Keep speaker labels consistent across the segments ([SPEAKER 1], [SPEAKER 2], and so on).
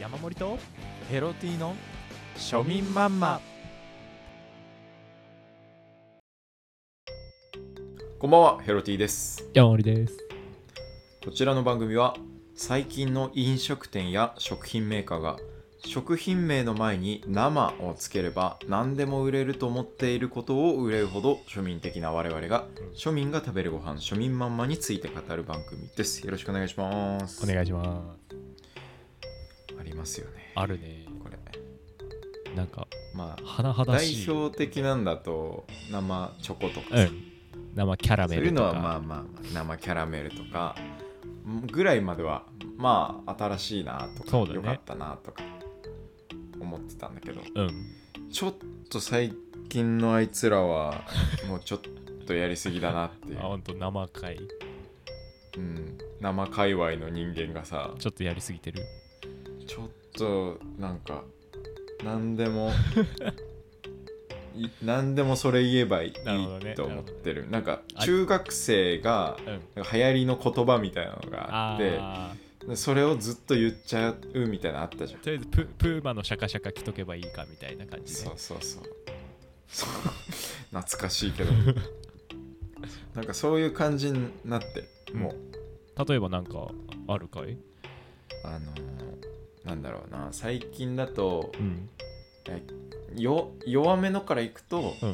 [SPEAKER 1] 山盛りとヘロティの庶民マンマ
[SPEAKER 2] こんばんは、ヘロティです。
[SPEAKER 3] 山森です。
[SPEAKER 2] こちらの番組は、最近の飲食店や食品メーカーが、食品名の前に生をつければ何でも売れると思っていることを売れるほど庶民的な我々が庶民が食べるご飯庶民まんまについて語る番組です。よろしくお願いします。
[SPEAKER 3] お願いします。
[SPEAKER 2] ありますよね。
[SPEAKER 3] あるね。
[SPEAKER 2] これ。
[SPEAKER 3] なんか、
[SPEAKER 2] まあ、
[SPEAKER 3] 甚だ
[SPEAKER 2] 代
[SPEAKER 3] しい。
[SPEAKER 2] 表的なんだと生チョコとか
[SPEAKER 3] う
[SPEAKER 2] さ
[SPEAKER 3] ん。生キャラ
[SPEAKER 2] そ
[SPEAKER 3] メ
[SPEAKER 2] ういう
[SPEAKER 3] ルと
[SPEAKER 2] の
[SPEAKER 3] か。
[SPEAKER 2] はまあまあまあ生キャラメルとかぐらいまではまあ新しいなとか、
[SPEAKER 3] そうだね
[SPEAKER 2] よかったなとか思ってたんだけど
[SPEAKER 3] うん。
[SPEAKER 2] ちょっと最近のあいつらはもうちょっとやりすぎだなってい
[SPEAKER 3] あ、
[SPEAKER 2] う、
[SPEAKER 3] ほんと生かい。
[SPEAKER 2] うん、生界隈の人間がさ
[SPEAKER 3] ちょっとやりすぎてる。
[SPEAKER 2] ちょっとなんか何で もい何でもそれ言えばい
[SPEAKER 3] なるほど
[SPEAKER 2] い
[SPEAKER 3] ね
[SPEAKER 2] と思ってるなんか
[SPEAKER 3] あ
[SPEAKER 2] 中学生が
[SPEAKER 3] うん。
[SPEAKER 2] なんか流行りの言葉みたいなのがあって
[SPEAKER 3] あー
[SPEAKER 2] でそれをずっと言っちゃうみたいなのあったじゃん
[SPEAKER 3] とりあえずプ、プーマのシャカシャカ着とけばいいかみたいな感じ
[SPEAKER 2] そう
[SPEAKER 3] ね。
[SPEAKER 2] そうそう そう懐かしいけ どなんかそういう感じになって
[SPEAKER 3] うん
[SPEAKER 2] もう、
[SPEAKER 3] 例えばなんか、あるかい
[SPEAKER 2] あのーなんだろうな最近だと
[SPEAKER 3] うん。
[SPEAKER 2] よ弱めのからいくと
[SPEAKER 3] う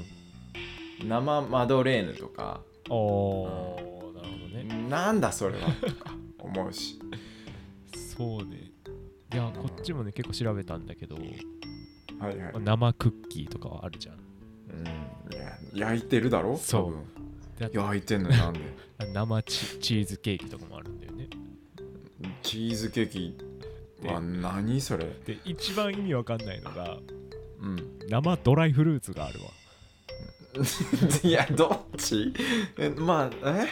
[SPEAKER 3] ん。
[SPEAKER 2] 生マドレーヌとか
[SPEAKER 3] おー、なるほどね。
[SPEAKER 2] なんだそれはとか思うし
[SPEAKER 3] そうね。いや、こっちもね、結構調べたんだけど、
[SPEAKER 2] はいはい、
[SPEAKER 3] 生クッキーとかはあるじゃん。
[SPEAKER 2] うん、いや焼いてるだろ
[SPEAKER 3] そう
[SPEAKER 2] 多分焼いてんのになんで
[SPEAKER 3] 生チチーズケーキとかもあるんだよね。
[SPEAKER 2] チーズケーキは何それ
[SPEAKER 3] で、一番意味わかんないのが、
[SPEAKER 2] うん
[SPEAKER 3] 生ドライフルーツがあるわ。
[SPEAKER 2] いやどっちえまあえ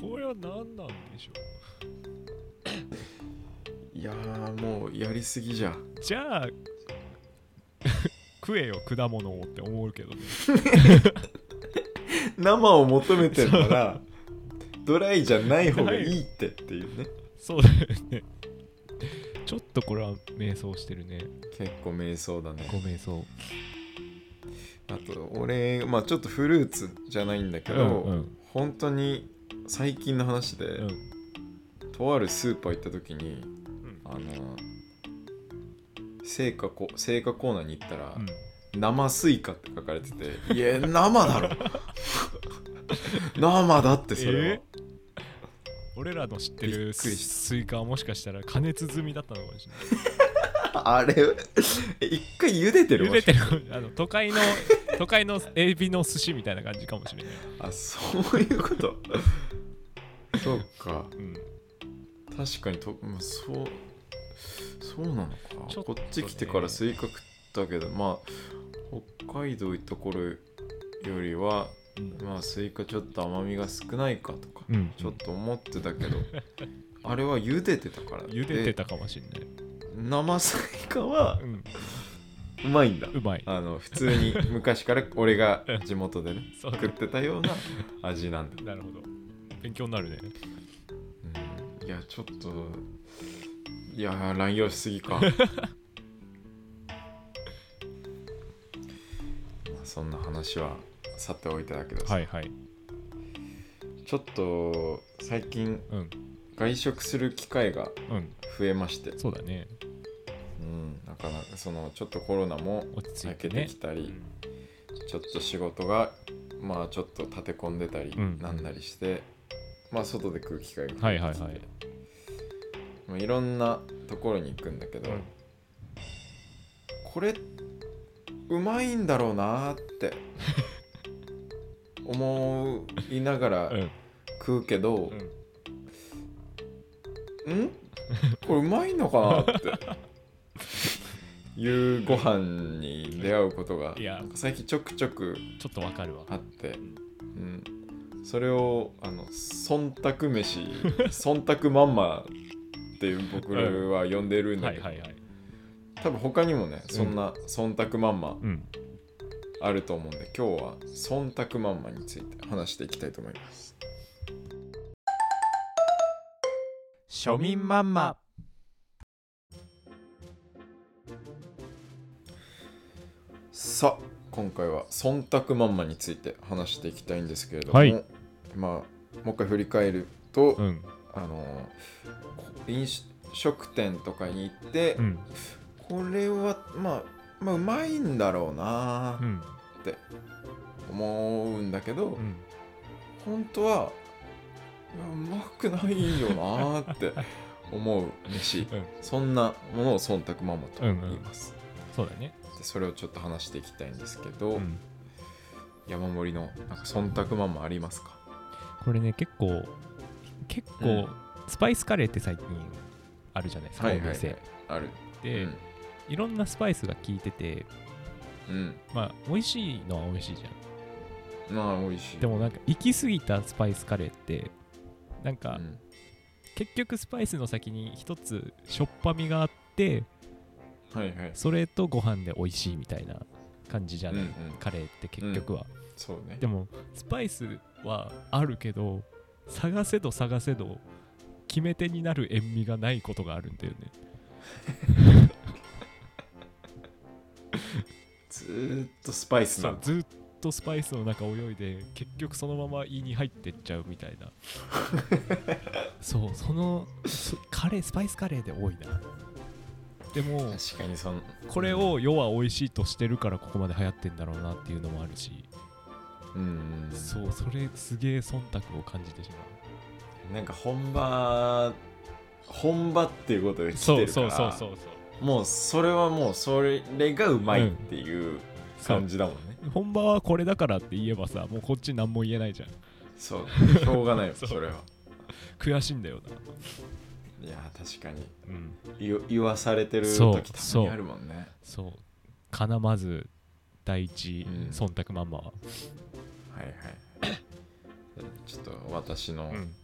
[SPEAKER 3] これは何なんでしょ
[SPEAKER 2] いやーもうやりすぎじゃん
[SPEAKER 3] うじゃあ食えよ果物をって思うけどね
[SPEAKER 2] 生を求めてるな らドライじゃない方がいいってっていう ね
[SPEAKER 3] そうだよねちょっとこれは迷走してるね
[SPEAKER 2] 結構迷走だね
[SPEAKER 3] ご迷走
[SPEAKER 2] あと俺まあちょっとフルーツじゃないんだけど、
[SPEAKER 3] うんうん
[SPEAKER 2] 本当に最近の話で、
[SPEAKER 3] うん
[SPEAKER 2] とあるスーパー行った時にあの成果こ成果コーナーに行ったら、
[SPEAKER 3] うん
[SPEAKER 2] 生スイカって書かれてていや生だろ生だってそれは
[SPEAKER 3] え俺らの知って
[SPEAKER 2] び
[SPEAKER 3] る
[SPEAKER 2] っくりし
[SPEAKER 3] スイカはもしかしたら加熱済みだったのかもしれない
[SPEAKER 2] あれえ一回茹でてる
[SPEAKER 3] 茹でてるあの都会の 都会のエビの寿司みたいな感じかもしれない、
[SPEAKER 2] あそういうこと そうか
[SPEAKER 3] うん、
[SPEAKER 2] 確かにと、まあ、そうそうなのか
[SPEAKER 3] ちょっと
[SPEAKER 2] こ
[SPEAKER 3] ね
[SPEAKER 2] っち来てからスイカ食ったけどまあ北海道行った頃よりはまあスイカちょっと甘みが少ないかとか、
[SPEAKER 3] うん
[SPEAKER 2] ちょっと思ってた けどあれは茹でてたから
[SPEAKER 3] 茹でてたかもしれない、
[SPEAKER 2] 生スイカは
[SPEAKER 3] うん、
[SPEAKER 2] うまいんだ
[SPEAKER 3] うまい
[SPEAKER 2] あの普通に昔から俺が地元でね
[SPEAKER 3] そう
[SPEAKER 2] 食ってたような味なんだ、
[SPEAKER 3] なるほど勉強になるね
[SPEAKER 2] うん、いやちょっといやー乱用しすぎ かまあそんな話はさておいただけどさ、
[SPEAKER 3] はいはい
[SPEAKER 2] ちょっと最近
[SPEAKER 3] うん
[SPEAKER 2] 外食する機会が
[SPEAKER 3] うん
[SPEAKER 2] 増えまして、
[SPEAKER 3] そうだね
[SPEAKER 2] うん、なかなかそのちょっとコロナも
[SPEAKER 3] 落ち着
[SPEAKER 2] 避
[SPEAKER 3] いて
[SPEAKER 2] け
[SPEAKER 3] ね
[SPEAKER 2] てきたり、ちょっと仕事がまあちょっと立て込んでたり
[SPEAKER 3] うん
[SPEAKER 2] なんなりして、まあ外で食う機会が
[SPEAKER 3] はいはいはい
[SPEAKER 2] まあ、いろんなところに行くんだけど、
[SPEAKER 3] うん
[SPEAKER 2] これうまいんだろうなーって思いながら
[SPEAKER 3] うん
[SPEAKER 2] 食うけど
[SPEAKER 3] う、ん
[SPEAKER 2] んこれうまいのかなっていうご飯に出会うことが
[SPEAKER 3] いや
[SPEAKER 2] 最近ちょくちょく
[SPEAKER 3] ちょっとわかるわ
[SPEAKER 2] あって、うん、それをあの忖度 飯忖度まんまって僕は呼んでるんだ
[SPEAKER 3] は
[SPEAKER 2] け
[SPEAKER 3] い
[SPEAKER 2] ど、
[SPEAKER 3] はいはい
[SPEAKER 2] 多分他にもねそんな忖度まんま
[SPEAKER 3] うん
[SPEAKER 2] あると思うんで今日は忖度まんまについて話していきたいと思います
[SPEAKER 1] 庶民マンマ
[SPEAKER 2] さあ今回は忖度まんまについて話していきたいんですけれども、
[SPEAKER 3] はい
[SPEAKER 2] まあもう一回振り返ると、
[SPEAKER 3] うん
[SPEAKER 2] あの飲食店とかに行って、
[SPEAKER 3] うん
[SPEAKER 2] これはまあまあうまいんだろうなー
[SPEAKER 3] う
[SPEAKER 2] っ
[SPEAKER 3] ん
[SPEAKER 2] て思うんだけど、
[SPEAKER 3] うん
[SPEAKER 2] 本当はいやうまくないよなーって 思う飯、
[SPEAKER 3] うん
[SPEAKER 2] そんなものを忖度まんまと言います、
[SPEAKER 3] そうだね
[SPEAKER 2] でそれをちょっと話していきたいんですけど、
[SPEAKER 3] うん
[SPEAKER 2] 山盛りのなんか忖度まんまありますか
[SPEAKER 3] これね結構結構、
[SPEAKER 2] うん
[SPEAKER 3] スパイスカレーって最近あるじゃないですか、
[SPEAKER 2] はいはい
[SPEAKER 3] お
[SPEAKER 2] はい
[SPEAKER 3] 店
[SPEAKER 2] ある
[SPEAKER 3] で、
[SPEAKER 2] うん
[SPEAKER 3] いろんなスパイスが効いてて
[SPEAKER 2] うん
[SPEAKER 3] まあ美味しいのは美味しいじゃん
[SPEAKER 2] まあ美味しい
[SPEAKER 3] でもなんか行き過ぎたスパイスカレーってなんか、
[SPEAKER 2] うん
[SPEAKER 3] 結局スパイスの先に一つしょっぱみがあって
[SPEAKER 2] はいはい
[SPEAKER 3] それとご飯で美味しいみたいな感じじゃない、
[SPEAKER 2] うんうん
[SPEAKER 3] カレーって結局は、
[SPEAKER 2] そうね
[SPEAKER 3] でもスパイスはあるけど探せど探せど決め手になる塩味がないことがあるんだよね
[SPEAKER 2] ずーっとスパイス
[SPEAKER 3] そ
[SPEAKER 2] な
[SPEAKER 3] うん
[SPEAKER 2] だ
[SPEAKER 3] ずっとスパイスの中泳いで結局そのまま胃に入ってっちゃうみたい なそうそのそカレースパイスカレーで多いなでも
[SPEAKER 2] 確かにその
[SPEAKER 3] これを世は美味しいとしてるからここまで流行ってんだろうなっていうのもあるし
[SPEAKER 2] うん
[SPEAKER 3] そうそれすげえ忖度を感じてしまう
[SPEAKER 2] なんか本場本場っていうことで来
[SPEAKER 3] そ
[SPEAKER 2] てる
[SPEAKER 3] う
[SPEAKER 2] か
[SPEAKER 3] そう
[SPEAKER 2] ら
[SPEAKER 3] そうそう
[SPEAKER 2] もうそれはもうそれがうまいっていう
[SPEAKER 3] そう
[SPEAKER 2] 感じだもんね、
[SPEAKER 3] そう本場はこれだからって言えばさもうこっち何も言えないじゃん
[SPEAKER 2] そうしょうがないよ
[SPEAKER 3] そ
[SPEAKER 2] そうれは
[SPEAKER 3] 悔しいんだよ
[SPEAKER 2] いや確かに
[SPEAKER 3] なうん
[SPEAKER 2] 言言わされてる
[SPEAKER 3] そう
[SPEAKER 2] 時たまにあるもんね
[SPEAKER 3] そうかなまず第一、
[SPEAKER 2] うん
[SPEAKER 3] 忖度まんまは
[SPEAKER 2] はいはいちょっと私の
[SPEAKER 3] うん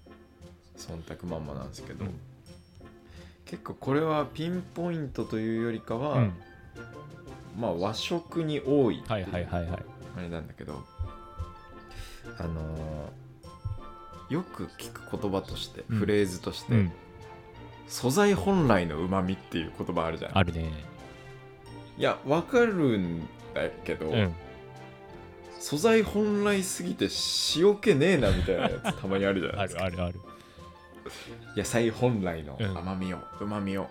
[SPEAKER 2] 忖度まんまなんですけど、
[SPEAKER 3] うん
[SPEAKER 2] 結構これはピンポイントというよりかは、
[SPEAKER 3] うん
[SPEAKER 2] まあ和食に多いって
[SPEAKER 3] はいいうはいはいはい
[SPEAKER 2] あれなんだけどあのーよく聞く言葉として、
[SPEAKER 3] うん
[SPEAKER 2] フレーズとして、
[SPEAKER 3] うん
[SPEAKER 2] 素材本来のうまみっていう言葉あるじゃん
[SPEAKER 3] あるね
[SPEAKER 2] いやわかるんだけど、
[SPEAKER 3] うん
[SPEAKER 2] 素材本来すぎて塩気ねえなみたいなやつたまにあるじゃないで
[SPEAKER 3] あ
[SPEAKER 2] す
[SPEAKER 3] る
[SPEAKER 2] か
[SPEAKER 3] あるある
[SPEAKER 2] 野菜本来の
[SPEAKER 3] うん
[SPEAKER 2] 甘みをうま、みを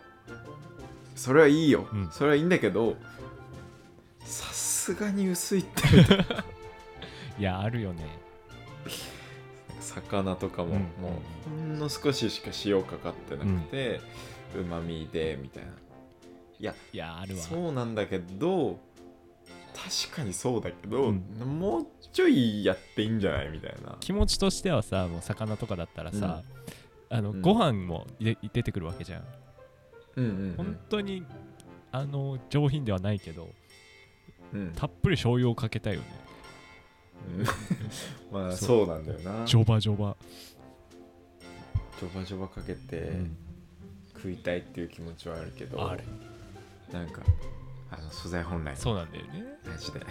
[SPEAKER 2] それはいいよ、
[SPEAKER 3] うん
[SPEAKER 2] それはいいんだけどさすがに薄いって
[SPEAKER 3] いやあるよね
[SPEAKER 2] 魚とかも、
[SPEAKER 3] うん
[SPEAKER 2] もうほんの少ししか塩かかってなくてうま、みでみたいないや
[SPEAKER 3] いやあるわ
[SPEAKER 2] そうなんだけど確かにそうだけど、
[SPEAKER 3] うん
[SPEAKER 2] もうちょいやっていいんじゃないみたいな
[SPEAKER 3] 気持ちとしてはさもう魚とかだったらさ、あの
[SPEAKER 2] うん
[SPEAKER 3] ご飯もで出てくるわけじゃん、
[SPEAKER 2] うんうん
[SPEAKER 3] 本当にあの上品ではないけど
[SPEAKER 2] うんうん
[SPEAKER 3] たっぷり醤油をかけたいよね
[SPEAKER 2] まあ
[SPEAKER 3] そ
[SPEAKER 2] そうなんだよな
[SPEAKER 3] ジョバジョバ、
[SPEAKER 2] ジョバジョバかけて食いたいっていう気持ちはあるけど、
[SPEAKER 3] あれ
[SPEAKER 2] なんかあの素材本来の
[SPEAKER 3] そうなんだよね
[SPEAKER 2] 味で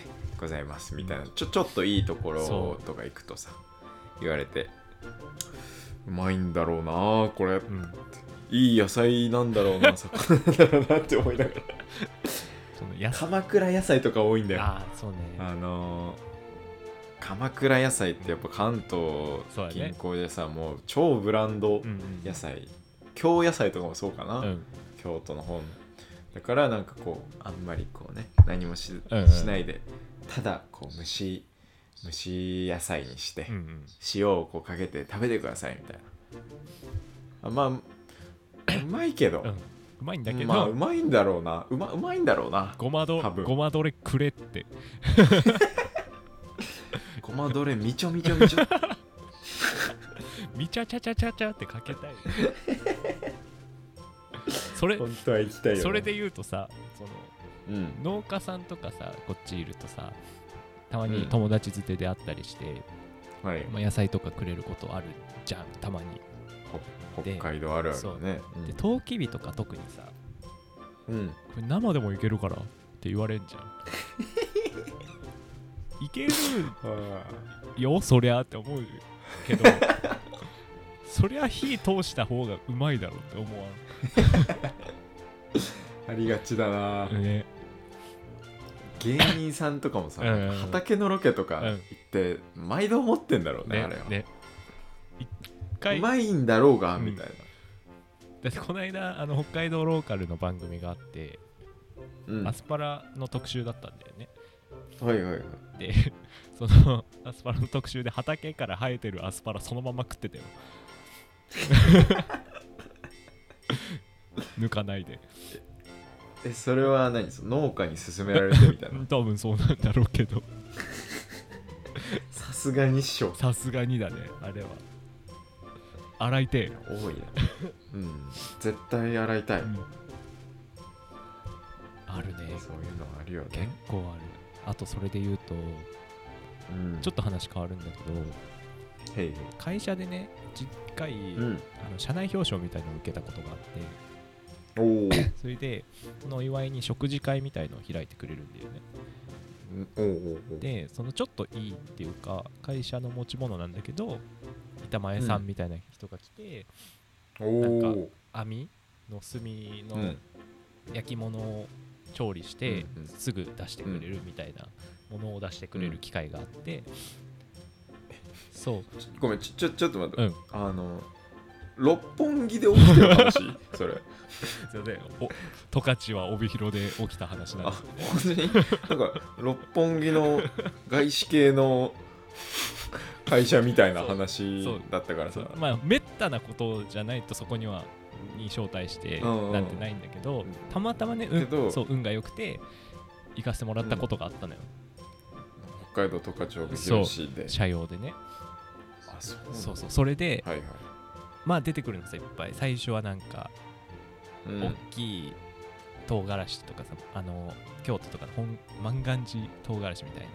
[SPEAKER 2] ございますみたいなちょちょっといいとこ
[SPEAKER 3] そ
[SPEAKER 2] ろ
[SPEAKER 3] う
[SPEAKER 2] とか行くとさ言われてうまいんだろうなこれ
[SPEAKER 3] うん
[SPEAKER 2] いい野菜なんだろうな魚なんだろうなって思いながら
[SPEAKER 3] そのやさ
[SPEAKER 2] 鎌倉野菜とか多いんだよ
[SPEAKER 3] あーそうね
[SPEAKER 2] あのー鎌倉野菜ってやっぱ関
[SPEAKER 3] そう
[SPEAKER 2] 東
[SPEAKER 3] だね
[SPEAKER 2] 近郊でさ、もう超ブランド
[SPEAKER 3] うんうん
[SPEAKER 2] 野菜、京野菜とかもそうかな、
[SPEAKER 3] うん
[SPEAKER 2] 京都の方のだからなんかこうあんまりこうね何もし,、
[SPEAKER 3] うんうん
[SPEAKER 2] しないでただこう蒸し蒸し野菜にして、
[SPEAKER 3] うんうん
[SPEAKER 2] 塩をこうかけて食べてくださいみたいなあまあうまいけど、
[SPEAKER 3] うんうまいんだけど、
[SPEAKER 2] まあうまいんだろうなうまうまいんだろうな
[SPEAKER 3] ごまど
[SPEAKER 2] 多分
[SPEAKER 3] ごまどれくれって
[SPEAKER 2] ごまどれみちょみちょみちょ
[SPEAKER 3] みちゃちゃちゃちゃちゃってかけたい それ
[SPEAKER 2] 本当は行きたいよ、ね、
[SPEAKER 3] それで言うとさその
[SPEAKER 2] うん
[SPEAKER 3] 農家さんとかさこっちいるとさたまに
[SPEAKER 2] うん
[SPEAKER 3] 友達づてであったりして、
[SPEAKER 2] はい
[SPEAKER 3] まあ、野菜とかくれることあるじゃんたまに
[SPEAKER 2] ほ
[SPEAKER 3] で
[SPEAKER 2] 北海道あるあるよね
[SPEAKER 3] でとうきびとか特にさ
[SPEAKER 2] うん、うん
[SPEAKER 3] これ生でもいけるからって言われんじゃんいけるよそりゃって思うけどそりゃ火通した方がうまいだろうって思わ
[SPEAKER 2] ありがちだな、
[SPEAKER 3] んね
[SPEAKER 2] 芸人さんとかもさ
[SPEAKER 3] うんうん
[SPEAKER 2] 畑のロケとか
[SPEAKER 3] うん
[SPEAKER 2] 行って毎度思ってんだろうね
[SPEAKER 3] ね
[SPEAKER 2] あれは、
[SPEAKER 3] ね一回
[SPEAKER 2] う
[SPEAKER 3] だ
[SPEAKER 2] まいんだろうが
[SPEAKER 3] うん
[SPEAKER 2] みたいな
[SPEAKER 3] ってこの間あの北海道ローカルの番組があって、
[SPEAKER 2] うん、
[SPEAKER 3] ア
[SPEAKER 2] はい
[SPEAKER 3] スパラの特集だったんだよね
[SPEAKER 2] はいはい
[SPEAKER 3] で そのアスパラの特集で畑から生えてるアスパラそのまま食ってたよ 抜かないで
[SPEAKER 2] えそれは何その農家に勧められてみたいな
[SPEAKER 3] 多分そうなんだろうけど
[SPEAKER 2] さすがにっしょ
[SPEAKER 3] さすがにだねあれは洗いて
[SPEAKER 2] 多いなうん絶対洗いたい、
[SPEAKER 3] えよ、あるね
[SPEAKER 2] そういうのあるよ
[SPEAKER 3] 結
[SPEAKER 2] ね、
[SPEAKER 3] 構あるあとそれで言うと
[SPEAKER 2] うん、
[SPEAKER 3] ちょっ
[SPEAKER 2] っ
[SPEAKER 3] と話変わるんだけど
[SPEAKER 2] とへいへい
[SPEAKER 3] 会社でね実回、
[SPEAKER 2] うん
[SPEAKER 3] あの社内表彰みたいのを受けたことがあって
[SPEAKER 2] おお
[SPEAKER 3] それでそのお祝いに食事会みたいのを開いてくれるんだよね
[SPEAKER 2] おおおお
[SPEAKER 3] でそのちょっといいっていうか会社の持ち物なんだけど板前さんみたいな人が来て、な
[SPEAKER 2] お
[SPEAKER 3] ん
[SPEAKER 2] お
[SPEAKER 3] 網の炭
[SPEAKER 2] う
[SPEAKER 3] の
[SPEAKER 2] ん
[SPEAKER 3] 焼き物を調理して、
[SPEAKER 2] うんうん
[SPEAKER 3] すぐ出してくれるみたいなものを出してくれる機会があって、 そう
[SPEAKER 2] ちょごめんちょちょちょっと待って、
[SPEAKER 3] うん
[SPEAKER 2] あの六本木で起きてる話それ
[SPEAKER 3] それでお十勝は帯広で起きた話なん
[SPEAKER 2] あ
[SPEAKER 3] で
[SPEAKER 2] 本
[SPEAKER 3] す
[SPEAKER 2] 当になんか六本木の外資系の会社みたいな話
[SPEAKER 3] そうそう
[SPEAKER 2] だったから
[SPEAKER 3] そ
[SPEAKER 2] さ
[SPEAKER 3] うまあめったなことじゃないとそこにはに招待して
[SPEAKER 2] うんうん
[SPEAKER 3] なんてないんだけど、
[SPEAKER 2] うん
[SPEAKER 3] たまたまね、うん
[SPEAKER 2] けど
[SPEAKER 3] そう運が良くて行かせてもらったことがあったのよ、
[SPEAKER 2] 北海道十勝帯広市で
[SPEAKER 3] 社用でね、
[SPEAKER 2] あそう
[SPEAKER 3] そうそうそれで、
[SPEAKER 2] はいはい
[SPEAKER 3] まあ出てくるんですよいっぱい最初はなんか
[SPEAKER 2] うん
[SPEAKER 3] 大きい唐辛子とかさ、あの京都とかの本万願寺唐辛子みたい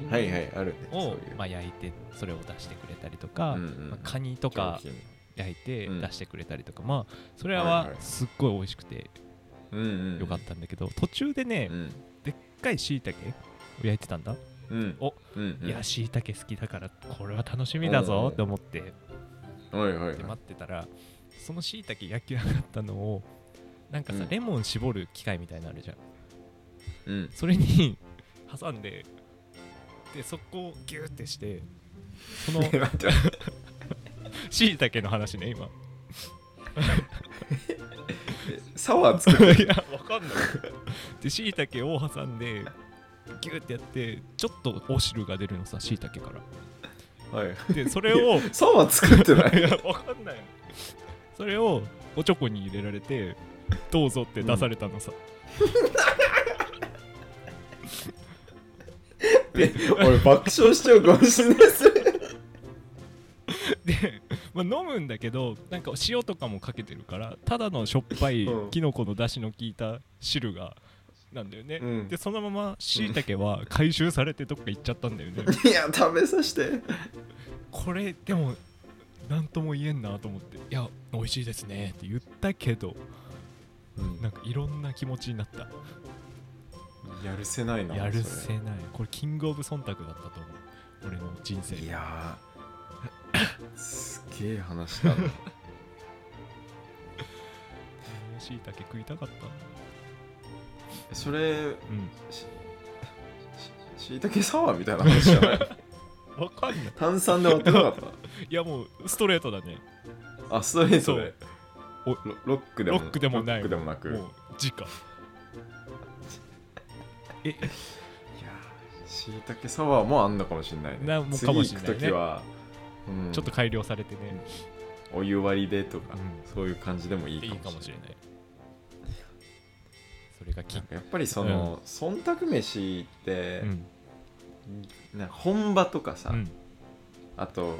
[SPEAKER 3] なの
[SPEAKER 2] はいはいあるね
[SPEAKER 3] を
[SPEAKER 2] そういう
[SPEAKER 3] まあ、焼いてそれを出してくれたりとか、
[SPEAKER 2] うんうん
[SPEAKER 3] まあカニとか
[SPEAKER 2] 商品
[SPEAKER 3] 焼いて
[SPEAKER 2] うん
[SPEAKER 3] 出してくれたりとか、まあそれ
[SPEAKER 2] はい
[SPEAKER 3] は
[SPEAKER 2] はい
[SPEAKER 3] すっごい美味しくて
[SPEAKER 2] うんうんうん
[SPEAKER 3] よかったんだけど、途中でね、
[SPEAKER 2] うん
[SPEAKER 3] でっかい椎茸を焼いてたんだ、
[SPEAKER 2] うん
[SPEAKER 3] お
[SPEAKER 2] うんうん
[SPEAKER 3] いや椎茸好きだからこれは楽しみだぞって思って、
[SPEAKER 2] はいはいはい
[SPEAKER 3] で待ってたらその椎茸焼き上がったのをなんかさ、
[SPEAKER 2] うん
[SPEAKER 3] レモン絞る機械みたいなのあるじゃん
[SPEAKER 2] うん
[SPEAKER 3] それに 挟んででそこをギューってしてそ の
[SPEAKER 2] 待って
[SPEAKER 3] 椎茸の話ね 今
[SPEAKER 2] サワー作る
[SPEAKER 3] いや、わかんない。 で、しいたけを挟んで、ギューってやって、ちょっとお汁が出るのさ、しいたけから。
[SPEAKER 2] はい
[SPEAKER 3] で、それを、い
[SPEAKER 2] サワー作ってない
[SPEAKER 3] や、わかんないの。それを、おちょこに入れられて、どうぞって出されたのさ。
[SPEAKER 2] で俺爆笑しちゃうかもしれないです
[SPEAKER 3] で、まあ、飲むんだけど、なんか塩とかもかけてるから、ただのしょっぱい
[SPEAKER 2] うん
[SPEAKER 3] キノコの出汁の効いた汁が、なんだよね。
[SPEAKER 2] うん
[SPEAKER 3] で、そのまましいたけは回収されてどっか行っちゃったんだよね。
[SPEAKER 2] いや食べさせて
[SPEAKER 3] これでも何とも言えんなと思って「いや美味しいですね」って言ったけどなんかいろんな気持ちになった
[SPEAKER 2] やるせないな
[SPEAKER 3] やる
[SPEAKER 2] それ
[SPEAKER 3] せないこれキングオブ忖度だったと思う俺の人生
[SPEAKER 2] いやーす げえ話だな
[SPEAKER 3] しいたけ食いたかった
[SPEAKER 2] それ
[SPEAKER 3] うん
[SPEAKER 2] しいたけサワーみたいな話じゃない
[SPEAKER 3] わかんない
[SPEAKER 2] 炭酸で割ってなかっ
[SPEAKER 3] いやもうストレートだね
[SPEAKER 2] たあストレートで
[SPEAKER 3] そう
[SPEAKER 2] ロロックで
[SPEAKER 3] ロ
[SPEAKER 2] も
[SPEAKER 3] ックでもない
[SPEAKER 2] ロックでもなくい
[SPEAKER 3] もう直え
[SPEAKER 2] やしいたけサワーもあんのかもしれないね
[SPEAKER 3] なもうかもしんないね
[SPEAKER 2] 次行く時は、うん
[SPEAKER 3] ちょっと改良されてね
[SPEAKER 2] お湯割りでとか、
[SPEAKER 3] うん
[SPEAKER 2] そういう感じでもいい
[SPEAKER 3] いいかもしれないそれがキ
[SPEAKER 2] なん
[SPEAKER 3] ン
[SPEAKER 2] かやっぱりその、忖度飯って、
[SPEAKER 3] うん
[SPEAKER 2] なんか本場とかさ、
[SPEAKER 3] うん
[SPEAKER 2] あと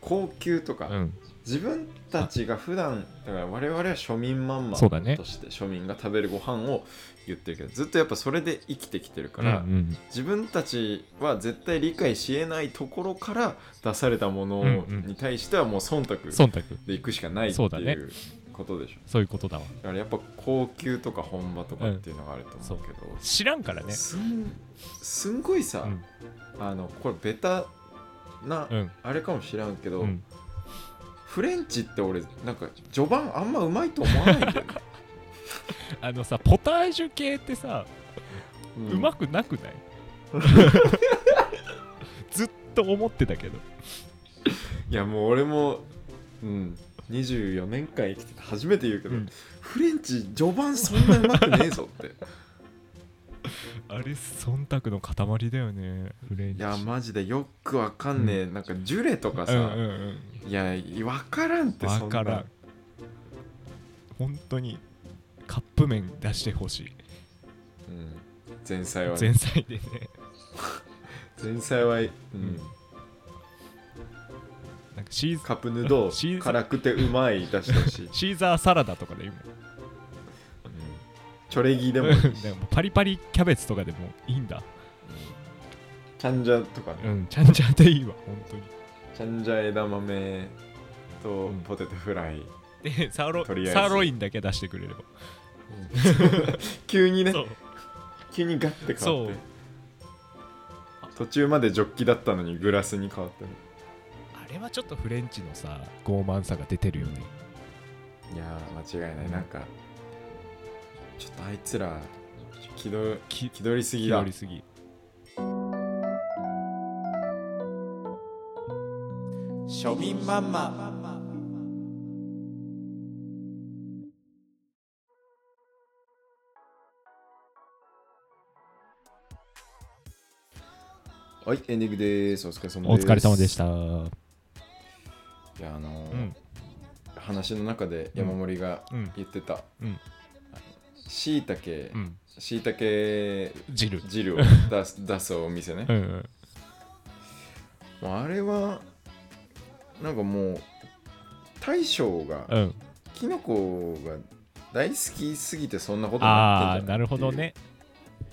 [SPEAKER 2] 高級とか、
[SPEAKER 3] うん
[SPEAKER 2] 自分たちが普段だから我々は庶民マンマ
[SPEAKER 3] そうだね
[SPEAKER 2] として庶民が食べるご飯を言ってるけどずっとやっぱそれで生きてきてるか
[SPEAKER 3] う
[SPEAKER 2] ら、
[SPEAKER 3] ん
[SPEAKER 2] 自分たちは絶対理解しえないところから出されたも
[SPEAKER 3] うん
[SPEAKER 2] の
[SPEAKER 3] うん
[SPEAKER 2] に対してはもう忖
[SPEAKER 3] うん
[SPEAKER 2] 度
[SPEAKER 3] 忖度
[SPEAKER 2] でいくしかないって
[SPEAKER 3] そうだ
[SPEAKER 2] い
[SPEAKER 3] ね
[SPEAKER 2] うことでしょ
[SPEAKER 3] そういうことだわ
[SPEAKER 2] だからやっぱ高級とか本場とかっていうのがあると思うけど、
[SPEAKER 3] 知らんからね
[SPEAKER 2] すんすんごいさ、
[SPEAKER 3] うん
[SPEAKER 2] あのこれベタな、
[SPEAKER 3] うん
[SPEAKER 2] あれかもしらんけど、
[SPEAKER 3] うん
[SPEAKER 2] フレンチって俺なんか序盤あん まうまいと思わないんだよね
[SPEAKER 3] あのさポタージュ系ってさ
[SPEAKER 2] うん
[SPEAKER 3] うまくなく ないずっと思ってたけど
[SPEAKER 2] いやもう俺も、うん、24年間生きてて初めて言うけど、
[SPEAKER 3] うん
[SPEAKER 2] フレンチ序盤そんなうまくねえぞ って
[SPEAKER 3] あれ忖度の塊だよねフレン
[SPEAKER 2] い
[SPEAKER 3] チ
[SPEAKER 2] やマジでよくわかんねえ、なんかジュレとか
[SPEAKER 3] う
[SPEAKER 2] さ、
[SPEAKER 3] んうんうん
[SPEAKER 2] いやわからんってそんな
[SPEAKER 3] 分からん本当にカップ麺出してほしい
[SPEAKER 2] うん、前菜はね
[SPEAKER 3] 前菜でね
[SPEAKER 2] 前菜は、うん
[SPEAKER 3] んなんかシーズ
[SPEAKER 2] カップヌード
[SPEAKER 3] シー
[SPEAKER 2] ル
[SPEAKER 3] ズ
[SPEAKER 2] 辛くてうまい出して ほしい、うん
[SPEAKER 3] シーザーサラダとかで今
[SPEAKER 2] チョレギで もいいし
[SPEAKER 3] でもパリパリキャベツとかでもいいんだ
[SPEAKER 2] ちゃんじゃとかね、
[SPEAKER 3] うんちゃんちゃんでいいわ本当に
[SPEAKER 2] ちゃんじゃ枝豆と
[SPEAKER 3] うん
[SPEAKER 2] ポテトフライ、
[SPEAKER 3] でサーロサ
[SPEAKER 2] とりあえず
[SPEAKER 3] ーロインだけ出してくれれば
[SPEAKER 2] 急にね
[SPEAKER 3] そう
[SPEAKER 2] 急にガッて変わって
[SPEAKER 3] そう
[SPEAKER 2] 途中までジョッキだったのにグラスに変わったね
[SPEAKER 3] あれはちょっとフレンチのさ傲慢さが出てるよね
[SPEAKER 2] いやー間違いな
[SPEAKER 3] う
[SPEAKER 2] い
[SPEAKER 3] ん
[SPEAKER 2] なんかちょっとあいつら気取
[SPEAKER 3] き
[SPEAKER 2] 気取りすぎ
[SPEAKER 3] 気
[SPEAKER 2] だ
[SPEAKER 3] 取りすぎ
[SPEAKER 1] 庶民マンマ
[SPEAKER 2] はいエンディングですお疲れ様
[SPEAKER 3] お
[SPEAKER 2] です
[SPEAKER 3] 疲れ様でしたた
[SPEAKER 2] いやあのー
[SPEAKER 3] うん
[SPEAKER 2] 話の中で山盛りが
[SPEAKER 3] うん
[SPEAKER 2] 言ってた
[SPEAKER 3] うん
[SPEAKER 2] しいたけ
[SPEAKER 3] うん
[SPEAKER 2] しいたけ
[SPEAKER 3] 汁
[SPEAKER 2] 汁 を出す出すお店ね
[SPEAKER 3] うんうん
[SPEAKER 2] もうあれはなんかもう大将が
[SPEAKER 3] うん
[SPEAKER 2] キノコが大好きすぎてそんなことにな
[SPEAKER 3] あ
[SPEAKER 2] って
[SPEAKER 3] あ
[SPEAKER 2] んじゃい
[SPEAKER 3] なるほどね
[SPEAKER 2] っ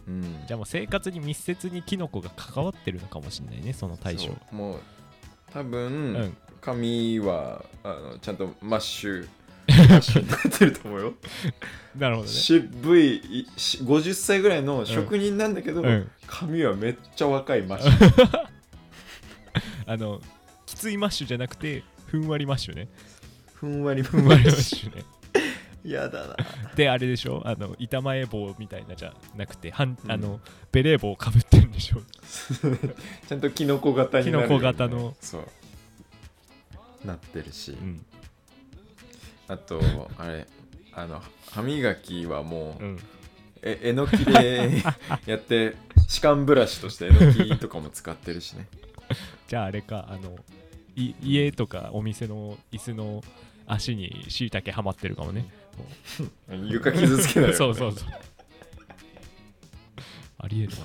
[SPEAKER 2] ていう、うん、
[SPEAKER 3] じゃあもう生活に密接にキノコが関わってるのかもしれないねその対象
[SPEAKER 2] そうもう多分、
[SPEAKER 3] うん
[SPEAKER 2] 髪はあのちゃんとマッシ ュマッシュになってると思うよ
[SPEAKER 3] なるほどね
[SPEAKER 2] 渋いいし50歳ぐらいの職人なんだけど、
[SPEAKER 3] うん
[SPEAKER 2] 髪はめっちゃ若いマッ シュ
[SPEAKER 3] あのきついマッシュじゃなくてふんわりマッシュね
[SPEAKER 2] ふんわりふ
[SPEAKER 3] ふん
[SPEAKER 2] んわ
[SPEAKER 3] わり
[SPEAKER 2] り
[SPEAKER 3] マッシュね
[SPEAKER 2] やだな
[SPEAKER 3] であれでしょあの板前帽みたいなじゃなくてはん、
[SPEAKER 2] うん
[SPEAKER 3] あのベレー帽かぶってるんでしょ
[SPEAKER 2] ちゃんとキノコ型になるよ、ね、
[SPEAKER 3] キノコ型の
[SPEAKER 2] そうなってるし、
[SPEAKER 3] うん
[SPEAKER 2] あとあれあの歯磨きはもう、
[SPEAKER 3] うん
[SPEAKER 2] ええのき でやって歯間ブラシとしてえのきとかも使ってるしね
[SPEAKER 3] じゃああれかあのい家とかお店の椅子の足にしいたけはまってるかもね
[SPEAKER 2] 床傷つけないよ、ね、
[SPEAKER 3] そうそうそうありえるな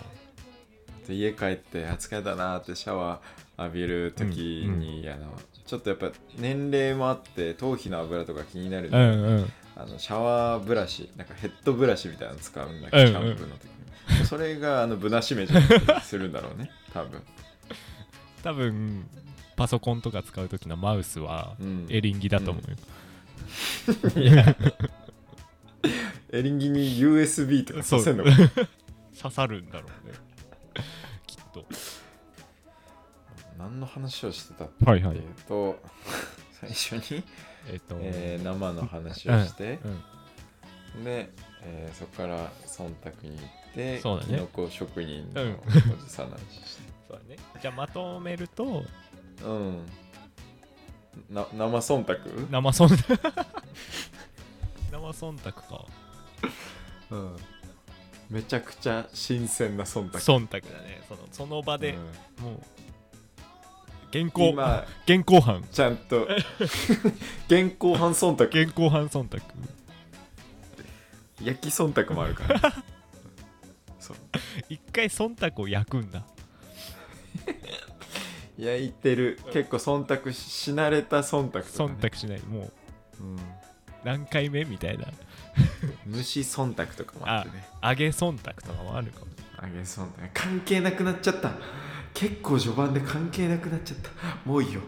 [SPEAKER 2] で家帰ってあ疲れたなーってシャワー浴びる時に、あのちょっとやっぱ年齢もあって頭皮の油とか気になるじゃん、
[SPEAKER 3] うんうん
[SPEAKER 2] あのシャワーブラシなんかヘッドブラシみたいなの使うんだ
[SPEAKER 3] う
[SPEAKER 2] け
[SPEAKER 3] んう
[SPEAKER 2] ど
[SPEAKER 3] ん
[SPEAKER 2] シャンプーの時に、それがあのぶなしめじゃなったりするんだろう ね多分
[SPEAKER 3] 多分パソコンとか使う時のマウスは
[SPEAKER 2] うん
[SPEAKER 3] エリンギだと思うよ、
[SPEAKER 2] エリンギに USB とかさせんのか
[SPEAKER 3] 刺さるんだろうねきっと
[SPEAKER 2] 何の話をしてたって
[SPEAKER 3] はいは
[SPEAKER 2] いうと最初に
[SPEAKER 3] えっ、と、
[SPEAKER 2] えー生の話をして、
[SPEAKER 3] うん
[SPEAKER 2] で、えーそこから忖度に行って、
[SPEAKER 3] そうだね
[SPEAKER 2] キノコ職人
[SPEAKER 3] う
[SPEAKER 2] の
[SPEAKER 3] ん
[SPEAKER 2] おじさんの話して、
[SPEAKER 3] そうだねじゃあまとめると
[SPEAKER 2] うん、な生忖度、
[SPEAKER 3] 生忖度 生忖度か
[SPEAKER 2] うん、めちゃくちゃ新鮮な忖度
[SPEAKER 3] 忖度だねそのその場で
[SPEAKER 2] う、ん
[SPEAKER 3] もう現行
[SPEAKER 2] 今
[SPEAKER 3] 現行犯
[SPEAKER 2] ちゃんと 現行犯忖度
[SPEAKER 3] 現行犯忖度
[SPEAKER 2] 焼き忖度もあるから そう
[SPEAKER 3] 一回忖度を焼くんだ
[SPEAKER 2] 焼いてる結構忖度しし慣れた忖度とかね、
[SPEAKER 3] 忖度しないもう
[SPEAKER 2] うん、
[SPEAKER 3] 何回目みたいな
[SPEAKER 2] 虫忖度とかもあってね
[SPEAKER 3] 揚げ忖度とかもあるかも
[SPEAKER 2] あげそうだね関係なくなっちゃった結構序盤で関係なくなっちゃったもういいよ